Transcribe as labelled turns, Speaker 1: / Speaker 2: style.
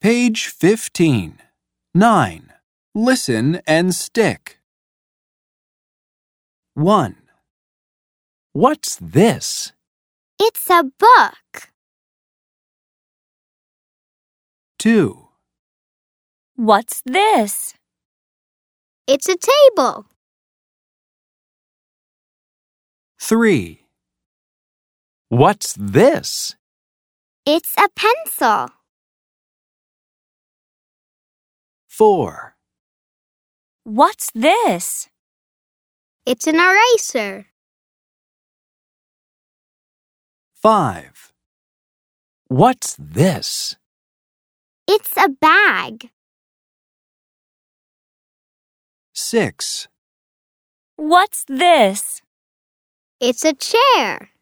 Speaker 1: Page 15. 9. Listen and stick. 1. What's this?
Speaker 2: It's a book.
Speaker 1: 2.
Speaker 3: What's this?
Speaker 2: It's a table.
Speaker 1: 3. What's this?
Speaker 2: It's a pencil.
Speaker 1: 4.
Speaker 3: What's this?
Speaker 2: It's an eraser.
Speaker 1: 5. What's this?
Speaker 2: It's a bag.
Speaker 1: 6.
Speaker 3: What's this?
Speaker 2: It's a chair.